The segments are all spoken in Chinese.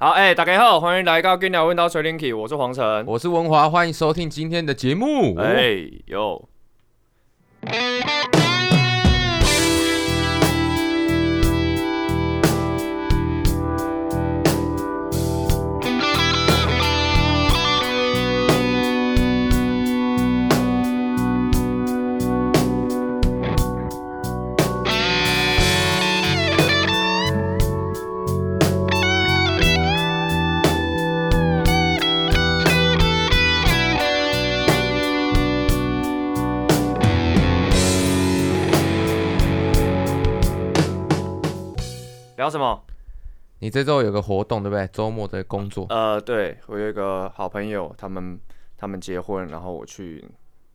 好，哎、大家好，欢迎来到《跟鸟问到水灵 k 我是黄晨。我是文华，欢迎收听今天的节目。哎，哎哟，聊什么？你这周有个活动对不对？周末的工作，呃，对我有一个好朋友，他们他们结婚，然后我去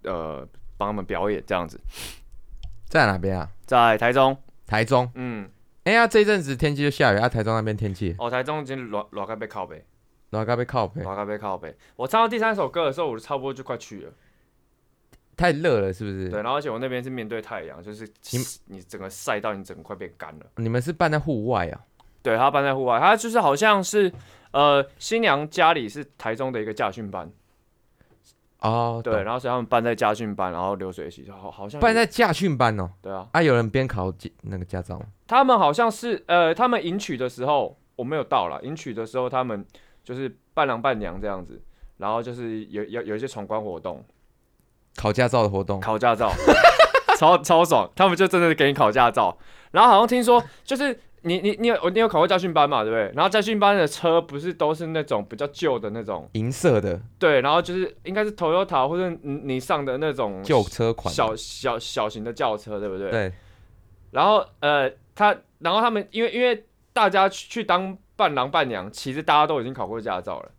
呃帮他们表演这样子，在哪边啊？在台中。台中。嗯，哎呀，这一阵子天气就下雨啊，台中那边天气，哦，台中已经软软盖被靠背，然后该被靠背，软盖被靠背。我唱到第三首歌的时候，我就差不多就快去了。太热了是不是？对，然后而且我那边是面对太阳，就是你你整个晒到你整个快变干了。你们是办在户外啊？对他搬在户外，他就是好像是呃新娘家里是台中的一个驾训班，哦，对，懂，然后所以他们搬在家训班，然后流水席，好好像办有在驾训班哦。对啊，啊，有人边考驾那个驾照吗？他们好像是呃，他们迎娶的时候我没有到啦，迎娶的时候他们就是伴郎伴娘这样子，然后就是有有有一些闯关活动，考驾照的活动，考驾照， 超超爽，他们就真的是给你考驾照，然后好像听说就是。你你你有你有考过驾训班嘛，对不对？然后驾训班的车不是都是那种比较旧的那种，银色的对，然后就是应该是 Toyota 或者你你上的那种旧车款的，小小小型的轿车，对不对？对，然后呃，他然后他们因为因为大家去去当伴郎伴娘，其实大家都已经考过驾照了，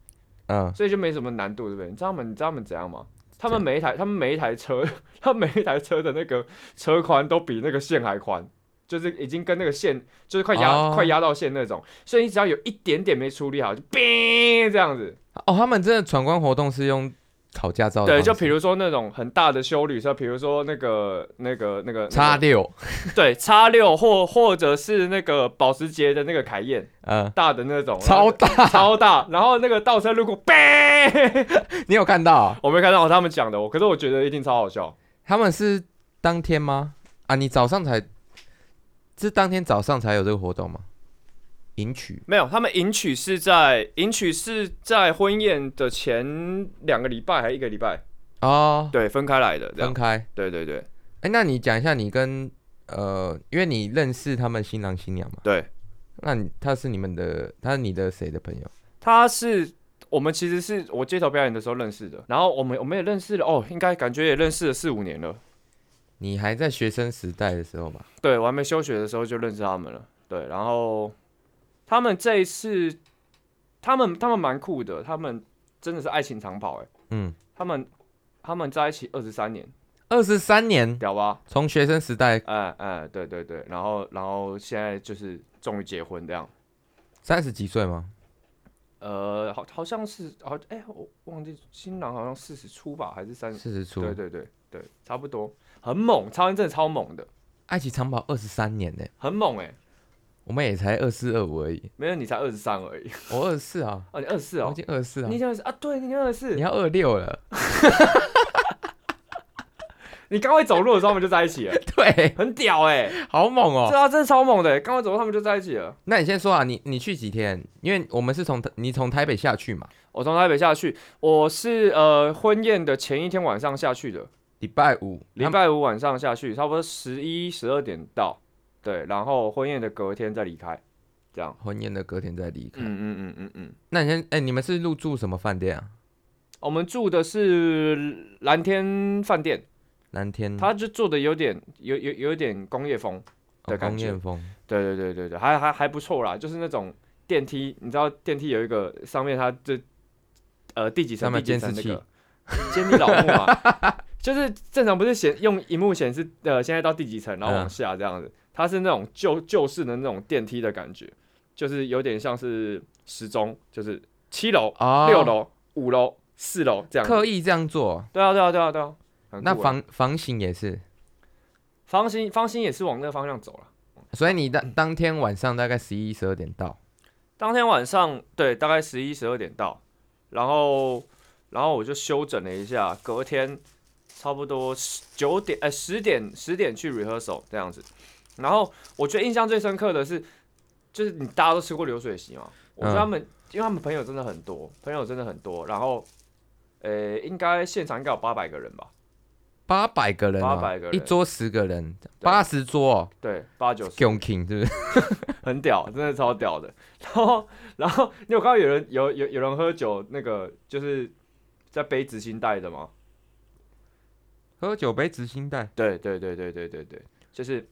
嗯，所以就没什么难度，对不对？你知道他们你知道他们怎样吗？他们怎样每一台他们每一台车，他们每一台车的那个车宽都比那个线还宽。就是已经跟那个线，就是快压、哦快压到线那种，所以你只要有一点点没处理好，就哔这样子。哦，他们真的闯关活动是用考驾照的对，方式，就比如说那种很大的修理车，比如说那个、那个、那个叉那个六，对叉六或或者是那个保时捷的那个凯宴，嗯，大的那种，超大，然后超大，然后那个倒车入库，呗，你有看到 啊？我没看到他们讲的，我可是我觉得一定超好笑。他们是当天吗？啊，你早上才是当天早上才有这个活动吗？迎娶没有，他们迎娶是在迎娶是在婚宴的前两个礼拜还一个礼拜，哦，对，啊分开来的，这分样，开。哎、对对对那你讲一下你跟呃，因为你认识他们新郎新娘嘛？对，那你他是你们的，他是你的谁的朋友？他是我们其实是我街头表演的时候认识的，然后我们我们也认识了哦，应该感觉也认识了四五年了。你还在学生时代的时候吧？对我还没休学的时候就认识他们了。对，然后他们这一次，他们他们蛮酷的，他们真的是爱情长跑哎、嗯，他们他们在一起二十三年，二十三年，屌吧？从学生时代哎、哎、对对对，然后然后现在就是终于结婚这样。三十几岁吗？呃，好，好像是，好，哎、我忘记新郎好像四十出吧，还是三十？四十出，嗯对对对对，差不多，很猛，超真的超猛的，爱情长跑二十三年呢，很猛哎、我们也才二四二五而已，没有你才二十三而已，我二十四啊，哦，你二十四我哦已，经二十四啊你，已经二十啊？对，你已经二十四你，要二六了， 你刚会走路的时候，他们就在一 起了，对，很屌哎、好猛哦、对啊，真的超猛的、刚会走路，他们就在一起了。那你先说啊，你你去几天？因为我们是从你从台北下去嘛，我从台北下去，我是呃婚宴的前一天晚上下去的，礼拜五，礼拜五晚上下去，差不多十一十二点到，对，然后婚宴的隔天再离开，这样。婚宴的隔天再离开。嗯嗯嗯嗯嗯，那你先，哎、你们是入住什么饭店啊？我们住的是蓝天饭店，蓝天它就做的有点有有有点工业风，的哦感宫觉宴风，对对对对对，还还还不错啦，就是那种电梯，你知道电梯有一个上面它这呃第几层上面第几层那监视个监你老木嘛， 就是正常不是显用荧幕显示呃现在到第几层，然后往嗯下这样子，它是那种旧旧式的那种电梯的感觉，就是有点像是时钟，就是七楼、哦六楼、五楼、四楼这样子。刻意这样做。对啊对啊对啊对啊，很那酷欸房房型也是，方心方心也是往那个方向走了。所以你当当天晚上大概十一十二点到，当天晚上对，大概十一十二点到，然后然后我就休整了一下，隔天差不多九点呃十点十点去 rehearsal 这样子。然后我觉得印象最深刻的是，就是你大家都吃过流水席嘛，我觉得他们、因为他们朋友真的很多，朋友真的很多，然后呃应该现场应该有八百个人吧，八百个人、啊， 800个人一桌十个人，八十桌、哦，对，八九十 g o King 是不是？很屌，真的超屌的。 然后，然后你有看到有人有有有人喝酒，那个就是在背执行带的吗？喝酒杯执行带，对对对对对对对，就是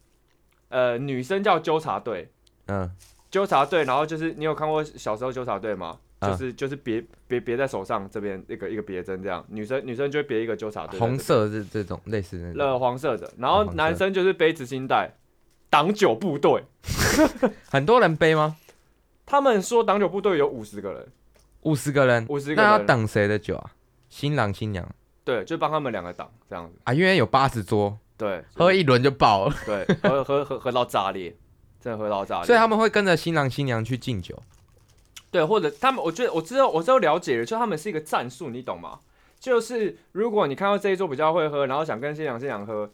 呃，女生叫纠察队，嗯，纠察队，然后就是你有看过小时候纠察队吗？就是、就是别别别在手上这边一个一个别针这样，女生女生就会别一个纠察队，红色这这种类似那种，了呃黄色的，然后哦黄色男生就是背执行带，挡酒部队，很多人背吗？他们说挡酒部队有五十个人，五十个人， 50个人那要等谁的酒啊？新郎新娘对，就帮他们两个挡这样子，啊，因为有八十桌， 对，喝一轮就爆了，对，喝喝喝喝到炸裂，真的喝到炸裂。所以他们会跟着新郎新娘去敬酒。对，或者他们，我觉得我知道，我知道了解了，就他们是一个战术，你懂吗？就是如果你看到这一桌比较会喝，然后想跟新娘新娘喝，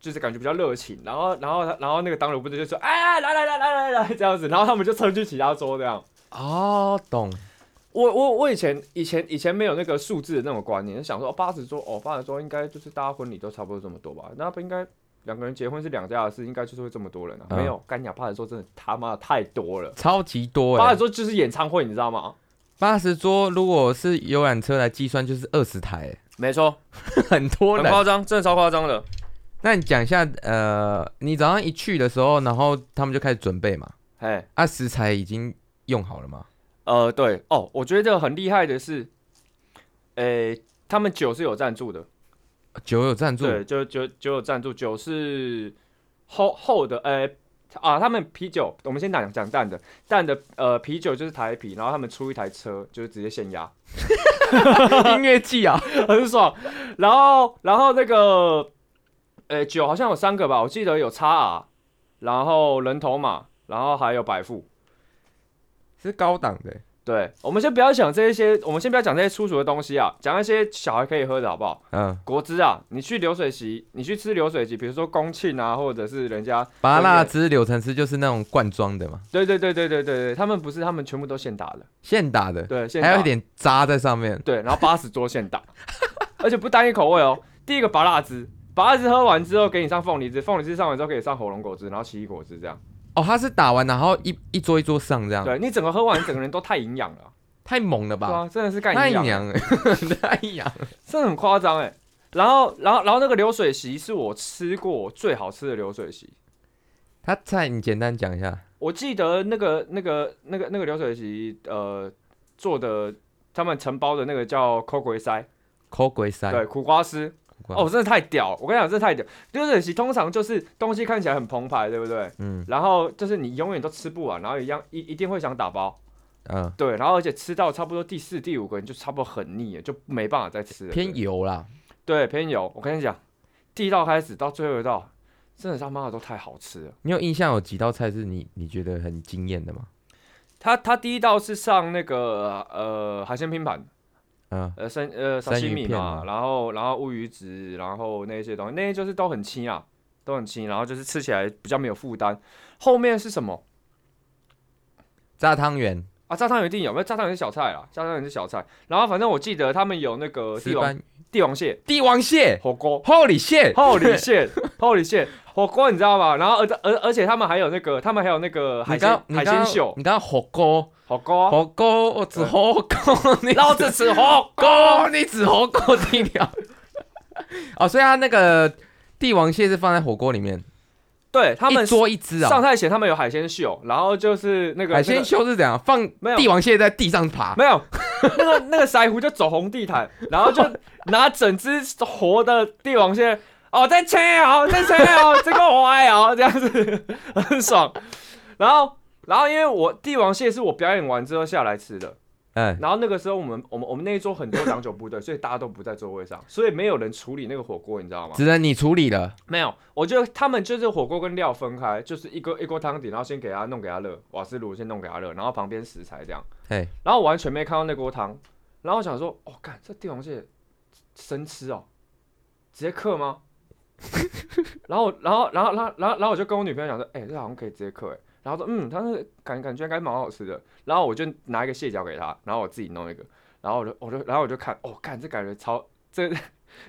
就是感觉比较热情，然后然后他然后那个当流部队就说，哎，哎来来来来来来这样子，然后他们就冲去其他桌这样。哦，懂，我我我以前以前以前没有那个数字的那种观念，想说八十桌哦，八十桌应该就是大家婚礼都差不多这么多吧？那不应该两个人结婚是两家的事，应该就是会这么多人啊？嗯没有，干讲八十桌真的他妈的太多了，超级多八哎十，桌就是演唱会，你知道吗？八十桌如果是游览车来计算，就是二十台欸，没错， 很多很人。夸张，真的超夸张的。那你讲一下，呃，你早上一去的时候，然后他们就开始准备嘛，哎，啊，食材已经用好了吗？呃，对哦，我觉得很厉害的是，诶，他们酒是有赞助的，酒有赞助，对，就就就有赞助，酒是厚厚的，呃啊，他们啤酒，我们先讲讲淡的，淡的呃啤酒就是台啤，然后他们出一台车，就是直接现压，音乐季啊，很爽。然后然后那个，呃，酒好像有三个吧，我记得有叉 R，然后人头马，然后还有百富。 是高档的欸，对，我们先不要讲这一些，我们先不要讲这些粗俗的东西啊，讲一些小孩可以喝的好不好？嗯，果汁啊，你去流水席，你去吃流水席，比如说公庆啊，或者是人家，拔辣对汁、柳橙汁就是那种罐装的嘛，对对对对对对对，他们不是，他们全部都现打的，现打的，对，现打还有一点渣在上面，对，然后八十桌现打， 而且不单一口味哦，第一个拔辣汁，拔辣汁喝完之后给你上凤梨汁，凤梨汁上完之后给你上火龙果汁，然后奇异果汁这样，哦，它是打完然后一一桌一桌上这样，对你整个喝完，整个人都太营养 了，太猛了对吧？啊，真的是干太营养。娘了， 太娘了，真的很夸张哎。然后，然后，然后那个流水席是我吃过最好吃的流水席。它菜你简单讲一下，我记得那个、那个、那个、那个流水席，呃，做的他们承包的那个叫抠鬼塞，抠鬼塞，对，苦瓜丝。瓜哦，真的太屌！我跟你讲，真的太屌。流水席通常就是东西看起来很澎湃，对不对？嗯然后就是你永远都吃不完，然后一样一一定会想打包，嗯，对。然后而且吃到差不多第四、第五个，你就差不多很腻了，就没办法再吃了。对偏油啦，对，偏油。我跟你讲，第一道开始到最后一道，真的他妈的都太好吃了。你有印象有几道菜是你你觉得很惊艳的吗？他他第一道是上那个呃海鲜拼盘，嗯，呃生呃沙生西鱼米片啊嘛嘛，然后然后乌鱼子，然后那些东西，那些就是都很轻啊，都很轻，然后就是吃起来比较没有负担。后面是什么炸汤圆，啊？炸汤圆一定有，没有炸汤圆是小菜啦，炸汤圆是小菜。然后反正我记得他们有那个帝石王斑哦帝王蟹帝王蟹火锅， ，Holy 蟹，厚里蟹，厚里蟹火锅你知道吗？然后而而而且他们还有那个，他们还有那个海你鲜刚你海刚鲜秀你哦刚火锅，火锅，火锅，我只火锅， 你老子吃火锅，你只火锅底 料。哦，所以它那个帝王蟹是放在火锅里面，对他们一桌一只上啊。菜前他们有海鲜秀，然后就是那个海鲜那个秀是怎样？放没有帝王蟹在地上爬， 没有那个那个腮胡就走红地毯，然后就拿整只活的帝王蟹。哦，在切哦，在切哦，这个我爱哦，这样子很爽。然后，然后因为我帝王蟹是我表演完之后下来吃的，哎，然后那个时候我们我们我们那一桌很多挡酒部队，所以大家都不在座位上，所以没有人处理那个火锅，你知道吗？只能你处理了。没有，我觉得他们就是火锅跟料分开，就是一锅一锅汤底，然后先给他弄给他热，瓦斯炉先弄给他热，然后旁边食材这样。嘿，然后我完全没看到那锅汤，然后我想说，哦，干这帝王蟹生吃哦，直接刻吗？ 然后，然后，然后，然后，然后，然后我就跟我女朋友讲说，哎、这好像可以直接刻哎。然后说，嗯，它是感感觉应该蛮好吃的。然后我就拿一个蟹脚给她，然后我自己弄一个，然后我就我就然后我就看，哦，干这感觉超这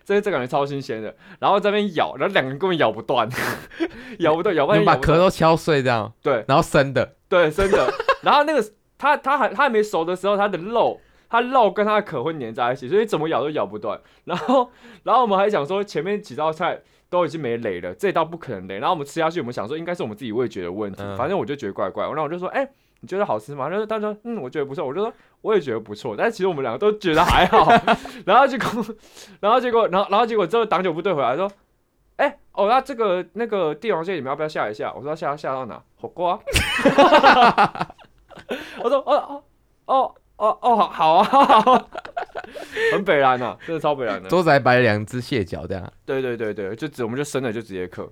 这这感觉超新鲜的。然后这边咬，然后两个人根本咬不断， 咬不断，咬半你天们把咬不壳断。都敲碎这样，对然后生的，对，真的。 然后那个它它还它还没熟的时候，它的肉。它肉跟它的壳会粘在一起，所以怎么咬都咬不断。然后，然后我们还想说，前面几道菜都已经没雷了，这道不可能雷。然后我们吃下去，我们想说应该是我们自己味觉的问题，嗯反正我就觉得怪怪。然后我就说，哎、你觉得好吃吗？然后他说，嗯，我觉得不错。我就说，我也觉得不错。但其实我们两个都觉得还好。 然后结果， 然后结果，然后然后结果之后挡酒部队回来说，哎、哦，那这个那个帝王蟹你们要不要下一下？我说下下到哪？火锅、啊。 我说，哦哦哦哦哦，好好啊，好啊 很北然呐、啊，真的超北然的。桌子还摆了两只蟹脚这样。对对对对，就只我们就生了就直接刻。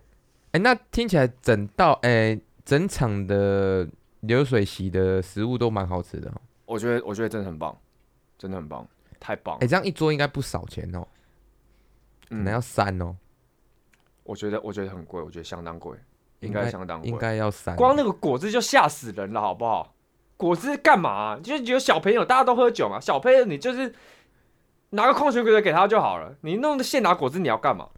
哎、那听起来整道哎、整场的流水席的食物都蛮好吃的、哦。我觉得我觉得真的很棒，真的很棒，太棒哎、。这样一桌应该不少钱哦，可能哦嗯，要三哦，我觉得我觉得很贵，我觉得相当贵，应应该该相当贵应。该要三。哦光那个果汁就吓死人了，好不好？果汁干嘛、啊就是有小朋友，大家都喝酒嘛，小朋友你就是拿个矿泉水给他就好了，你弄的现拿果汁你要干嘛？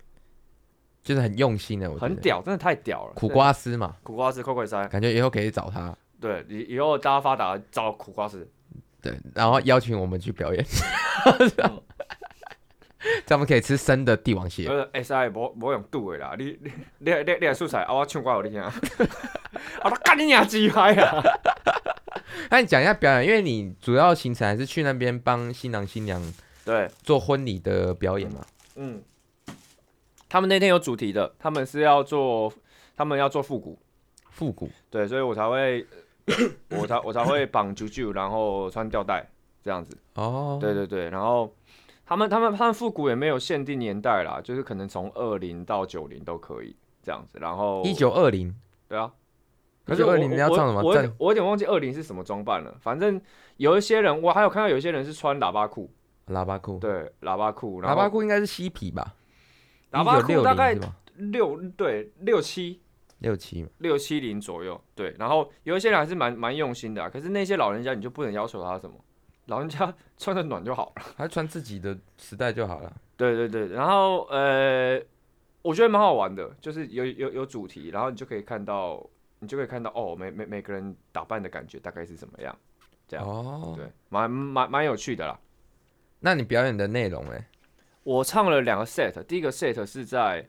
就是很用心的，我觉得很。屌，真的太屌了。苦真的瓜丝嘛，苦瓜汁，快快塞。感觉以后可以找他，对，以以后大家发达找苦瓜汁，对，然后邀请我们去表演，嗯 这样我们可以吃生的帝王蟹。呃，S I 无无用赌的啦，你你你你你的素材啊，我唱歌互你听，啊， 啊我干你娘鸡排啊！那你讲一下表演，因为你主要行程还是去那边帮新郎新娘对，做婚礼的表演嘛？嗯，他们那天有主题的，他们是要做，他们要做复古，复古，对，所以我才会，我才我才会绑啾啾，然后穿吊带这样子。哦，对，对对，然后他们他们他们复古也没有限定年代啦，就是可能从二零到九零都可以这样子。然后一九二零，对啊，可是二零你要唱什么？我我有战点我有点忘记二零是什么装扮了。反正有一些人，我还有看到有一些人是穿喇叭裤，喇叭裤，对，喇叭裤，然喇后叭裤应该是嬉皮吧？喇叭1960裤大概是吧六对六七六七嘛，六七零左右，对。然后有一些人还是蛮蛮用心的啊、可是那些老人家你就不能要求他什么，老人家 穿的暖就好了。 他穿自己的时代就好了。对对对，然后呃，我觉得蛮好玩的，就是有有有主题，然后你就可以看到，你就可以看到哦，每每每个人打扮的感觉大概是怎么样，对啊哦，对，蛮蛮蛮有趣的啦。那你表演的内容哎，我唱了两个 set，第一个 set 是在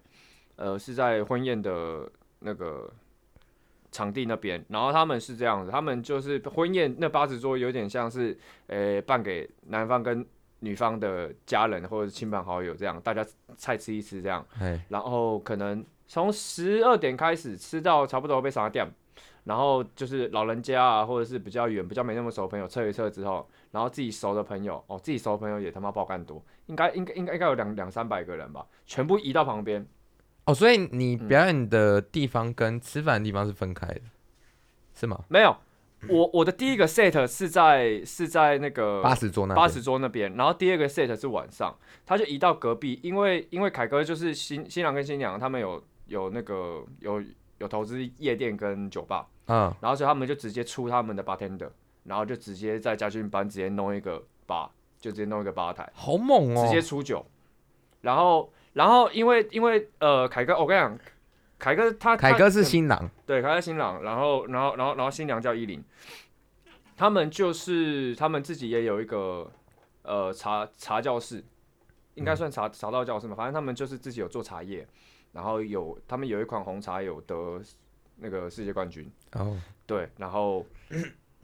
呃是在婚宴的那个场地那边，然后他们是这样子，他们就是婚宴那八十桌有点像是呃办给男方跟女方的家人或者是亲朋好友这样，大家菜吃一吃这样，哎，然后可能从十二点开始吃到差不多被杀掉，然后就是老人家啊，或者是比较远、比较没那么熟的朋友测一测之后，然后自己熟的朋友，哦，自己熟的朋友也他妈爆干多，应该应该应该应该有两两三百个人吧，全部移到旁边。哦，所以你嗯表演的地方跟吃饭的地方是分开的，是吗？没有，我我的第一个 set 是在是在那个八十桌那边呃八十桌那边，然后第二个 set 是晚上，他就移到隔壁，因为因为凯哥就是新新郎跟新娘他们有有那个有有投资夜店跟酒吧，嗯，然后所以他们就直接出他们的 bartender，然后就直接在家训班直接弄一个吧，就直接弄一个吧台，好猛哦直，接出酒。然后，然后因为因为呃，凯哥，我跟你讲，凯哥他凯哥是新新郎，对凯哥新郎，然后然后然后然后新娘叫依琳，他们就是他们自己也有一个呃茶茶教室，应该算茶茶道教室嘛，反正他们就是自己有做茶叶，然后有他们有一款红茶有得那个世界冠军。哦，对，然后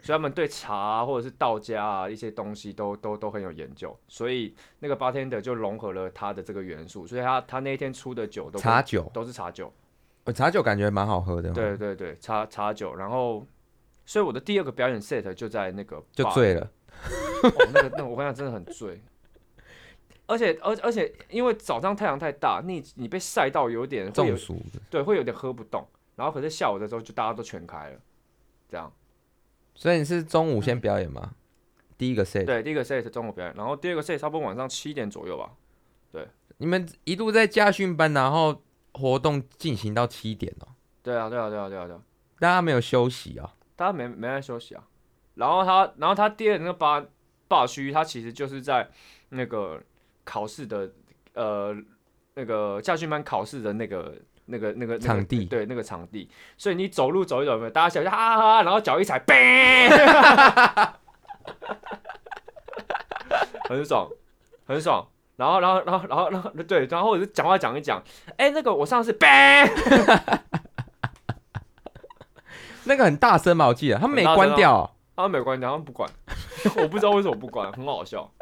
所以他们对茶啊或者是道家啊一些东西都都都很有研究，所以那个 bartender 就融合了他的这个元素，所以他他那一天出的酒都跟茶嗯酒，都是茶酒，哦茶酒感觉蛮好喝的，，对对对，茶茶酒，然后所以我的第二个表演 set 就在那个就 bar，醉了，哦那个那个我跟你讲真的很醉，而且而而且因为早上太阳太大，你你被晒到有点会有中暑的，对会有点喝不动，然后可是下午的时候就大家都全开了，这样。所以你是中午先表演吗？第一个 set，嗯对，第一个 set 中午表演，然后第二个 set 差不多晚上七点左右吧。你们一路在家训班，然后活动进行到七点哦，对啊，对啊，对啊，对啊，对啊，大家没有休息啊、大家没没在休息啊。然后他，然后他第二那个八霸区，他其实就是在那个考试的呃那个驾训班考试的那个那个那个、那个、场地对那个场地，所以你走路走一走，有没有大家小心哈哈哈，然后脚一踩，砰，很爽，很爽。然后，然后，然后，然后，然后，对，然后我就讲话讲一讲，哎，那个我上次， 砰，那个很大声嘛，我记得他们没很大声啊关掉、哦，他们没关掉，他们不管， 我不知道为什么不管，很好笑，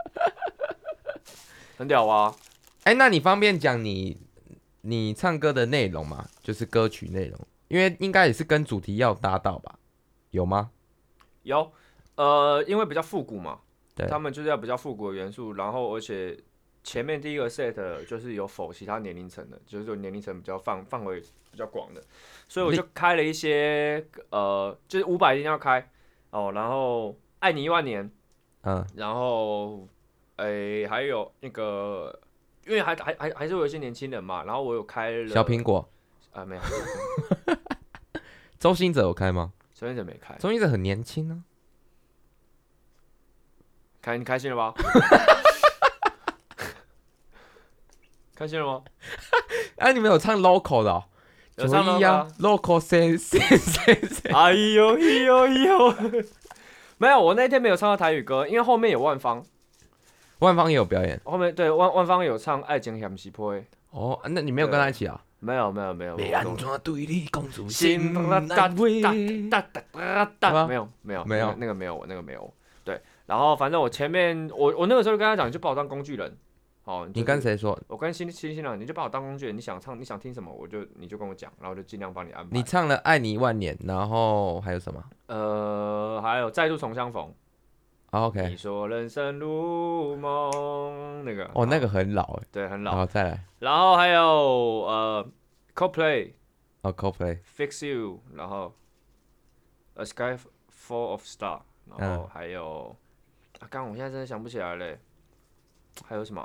很屌啊！哎、那你方便讲你你唱歌的内容吗？就是歌曲内容，因为应该也是跟主题要搭到吧？有吗？有，呃，因为比较复古嘛，对他们就是要比较复古的元素，然后而且前面第一个 set 就是有否其他年龄层的，就是说年龄层比较范范围比较广的，所以我就开了一些呃，就是五百一定要开哦，然后爱你一万年，嗯，然后，诶、还有那个，因为还还还还是有一些年轻人嘛，然后我有开了小苹果，啊，没有，周兴哲有开吗？小天者没开，周兴哲很年轻啊，开你开心了吧？ 开心了吗？哎、你们有唱 local 的、哦？有唱九 local 一啊啊，local 谁谁谁谁？哎呦哎呦哎呦， 没有，我那天没有唱到台语歌，因为后面有万芳，万芳也有表演后面对万万芳有唱《爱情险西坡》，哦，啊那你没有跟他一起啊？没有没有没有，没我安怎对你公主心心难难为？哒哒哒是吗哒，没有没有没有那个那个没有我那个没有我对，然后反正我前面我我那个时候跟他讲，你就把我当工具人，哦，就你是跟谁说？我跟新新新郎，啊你就把我当工具人，你想唱你想听什么，我就你就跟我讲，然后我就尽量帮你安排。你唱了《爱你一万年》，然后还有什么、呃，还有再度重相逢，啊你？OK，说人生如梦那个哦，那个很老哎，对很然老，后再来然后还有呃 CoPlay 哦，Coldplay， Fix You，然后 A Sky Full of Star，然嗯后还有、啊，刚我现在真的想不起来嘞，还有什么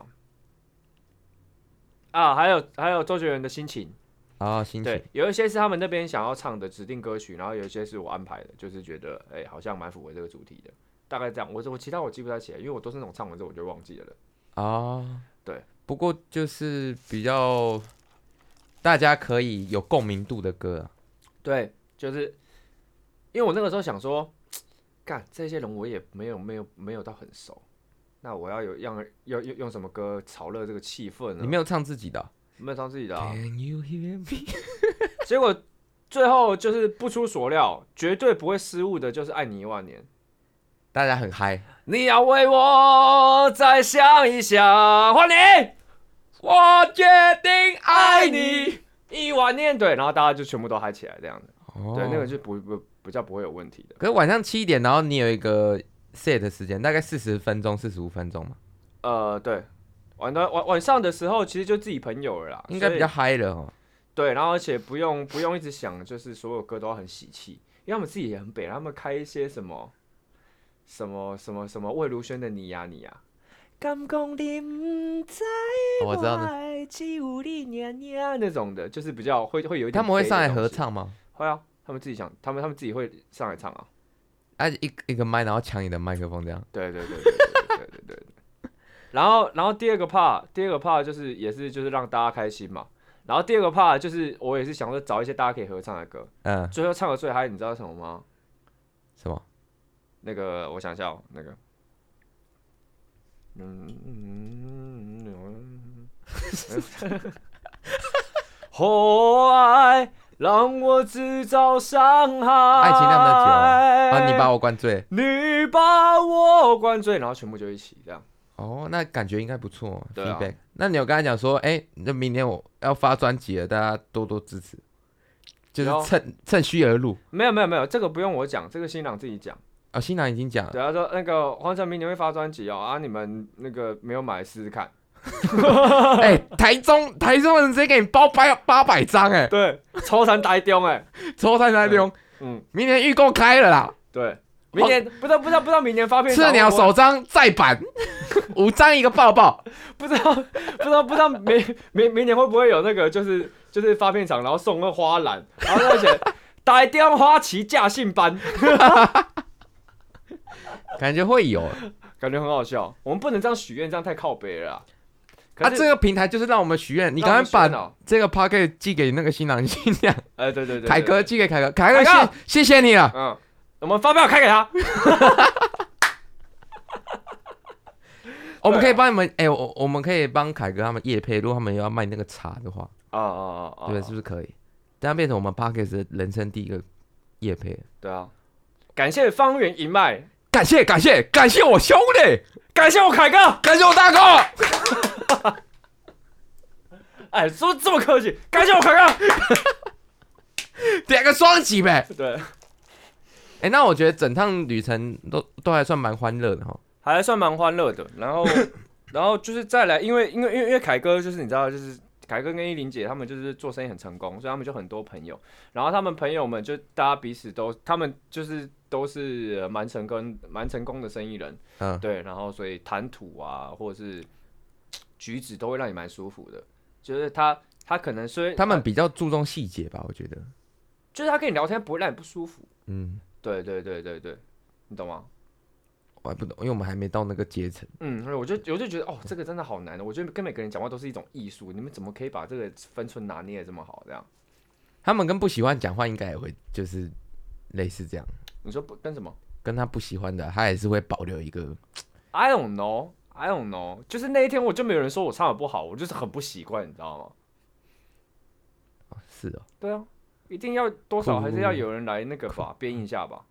啊？还有还有周杰伦的心情，然后心情对，有一些是他们那边想要唱的指定歌曲，然后有一些是我安排的，就是觉得哎、好像蛮符合这个主题的，大概这样。我我其他我记不太起来，因为我都是那种唱完之后我就忘记了的。哦，对，不过就是比较大家可以有共鸣度的歌啊，对，就是因为我那个时候想说，干这些人我也没有没有没有到很熟，那我要有让要用用什么歌炒热这个气氛呢？你没有唱自己的哦、没有唱自己的、啊， Can you hear me？结果最后就是不出所料，绝对不会失误的，就是《爱你一万年》。大家很嗨，你要为我再想一想，换你，我决定爱你一万年。对，然后大家就全部都嗨起来，这样子。哦对，那个就不不比较不会有问题的。可是晚上七点，然后你有一个 set 时间，大概四十分钟、四十五分钟嘛，呃，对，晚到晚晚上的时候，其实就自己朋友了啦，应该啊所以比较嗨了哦。对，然后而且不用不用一直想，就是所有歌都要很喜气，因为他们自己也很北，他们开一些什么什么什么什么魏如萱的你呀、你呀、敢讲你唔知哦哦我知道那爱只有你娘娘那种的，就是比较会会有一点他们会悲上来的东合西，唱吗？会啊，他们自己想，他们他们自己会上来唱啊，啊，一一个麦，然后抢你的麦克风这样。对对对对对对对对对。然后，然后第二个 part，第二个 part 就是也是就是让大家开心嘛。然后第二个 part 就是我也是想说找一些大家可以合唱的歌。嗯，最后唱的最嗨，你知道是什么吗？什么？那个我想一下、哦，那个，嗯嗯嗯 嗯，厚爱让我制造伤害。爱情酿的酒呃啊，你把我灌醉。你把我灌醉，然后全部就一起这样。哦，那感觉应该不错、哦。对啊 feedback。那你有跟他讲说，哎、那明年我要发专辑了，大家多多支持，就有是趁趁虚而入。没有没有没有，这个不用我讲，这个新郎自己讲。啊，新郎已经讲了，对，他说那个黄成明你会发专辑哦啊，你们那个没有买试试看。哎、台中台中人直接给你包八八百张，哎，对，超山呆丢哎，抽太太丢，嗯，明年预购开了啦，对，明年哦不知道不知道不知道明年发片赤鸟首张再版，五张一个抱抱，不知道不知道不知道明明明年会不会有那个就是就是发片场，然后送个花篮，然后而且打一电花旗驾训班，感觉会有。感觉很好笑。我们不能这样许愿，这样太靠北了啦。可啊，这是，个平台就是让我们许愿，你让我赶们快许愿把哦这个 p o c a s t 寄给那个新郎新娘，哎，对对对，对凯哥，寄给凯哥，凯凯哥哥谢谢谢你了，嗯，我们发票开给他，啊我们可以帮你们，哎，我我们可以帮凯哥他们夜配，如果他们要卖那个茶的话，啊啊啊啊，对，是不是可以？这样变成我们 p o c a s t 人生第一个夜配，对啊，感谢方圆一脉，感谢感谢感谢我兄弟，感谢我凯哥，感谢我大哥，哎，说这么客气，感谢我凯哥，点个双击呗。对，哎，那我觉得整趟旅程都都还算蛮欢乐的哈。还算蛮欢乐的。然后， 然后就是再来，因为因为因为因为凯哥就是你知道，就是凯哥跟依琳姐他们就是做生意很成功，所以他们就很多朋友。然后他们朋友们就大家彼此都，他们就是都是呃蛮成功蛮成功的生意人，嗯，对，然后所以谈吐啊，或者是举止都会让你蛮舒服的。就是他他可能虽他们比较注重细节吧，我觉得。就是他跟你聊天不会让你不舒服。嗯，对对对对对，你懂吗？我还不懂，因为我们还没到那个阶层。嗯，所以我就我就觉得哦，这个真的好难的。我觉得跟每个人讲话都是一种艺术，你们怎么可以把这个分寸拿捏的这么好？这样他们跟不喜欢讲话，应该也会就是类似这样。你说不跟什么跟他不喜欢的，他也是会保留一个。 ？I don't know, I don't know。就是那一天我就没有人说我唱的不好，我就是很不习惯，你知道吗？哦是哦，对啊，一定要多少还是要有人来那个吧，编一下吧。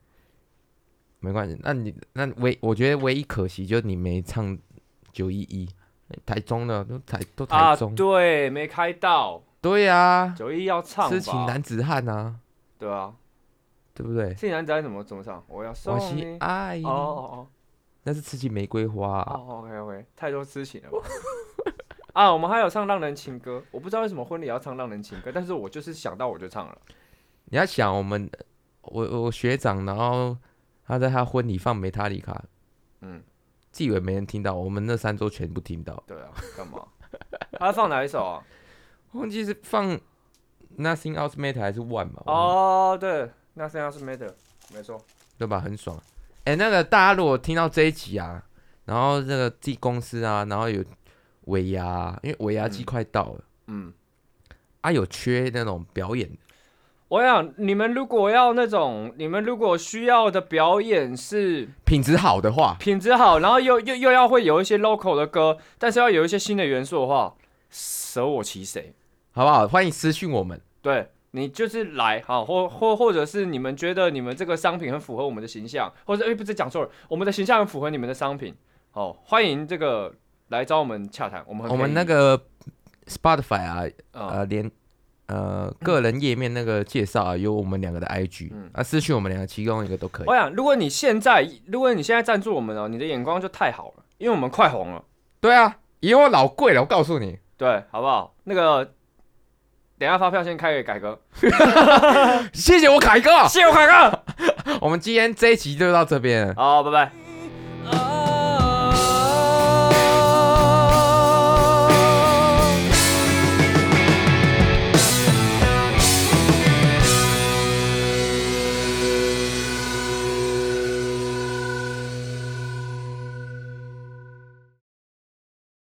没关系。那你那唯我觉得唯一可惜就是你没唱九一一，台中的都台都啊，台中。对，没开到对呀、九一要啊，唱痴情吧？男子汉啊，对啊，对不对？痴情男子汉怎么怎么唱？我要送我你喜。爱你哦哦那是痴情玫瑰花、啊哦哦，OK OK，太多痴情了吧。 啊，我们还有唱《浪人情歌》，我不知道为什么婚礼要唱《浪人情歌》，但是我就是想到我就唱了。你要想我们，我我学长，然后他在他婚礼放梅塔里卡，嗯，自以为没人听到，我们那三周全部听到。对啊，干嘛？他放哪一首啊？忘记是放 Nothing Else Matter 还是 One 嘛？哦，哦，对，那剩下是 Matter，没错。对吧？很爽。哎、那个大家如果听到这一集啊，然后这个自己公司啊，然后有尾牙啊，因为尾牙季快到了、嗯，啊，有缺那种表演的，我想你们如果要那种，你们如果需要的表演是品质好的话，品质好，然后又又又要会有一些 local 的歌，但是要有一些新的元素的话，舍我其谁。好不好？欢迎私讯我们。对你就是来好，或或或者是你们觉得你们这个商品很符合我们的形象，或者哎、不是讲错了，我们的形象很符合你们的商品，好，欢迎这个来找我们洽谈，我们很我可们以那个 Spotify 啊，嗯呃，连呃个人页面那个介绍啊，有我们两个的 IG，、啊，私讯我们两个其中一个都可以我。想如果你现在如果你现在赞助我们哦，你的眼光就太好了，因为我们快红了，对啊，以后老贵了，我告诉你，对，好不好？那个等一下发票先开给凯哥，谢谢我凯哥。 谢谢我凯哥，我们今天这一集就到这边了。好，拜拜。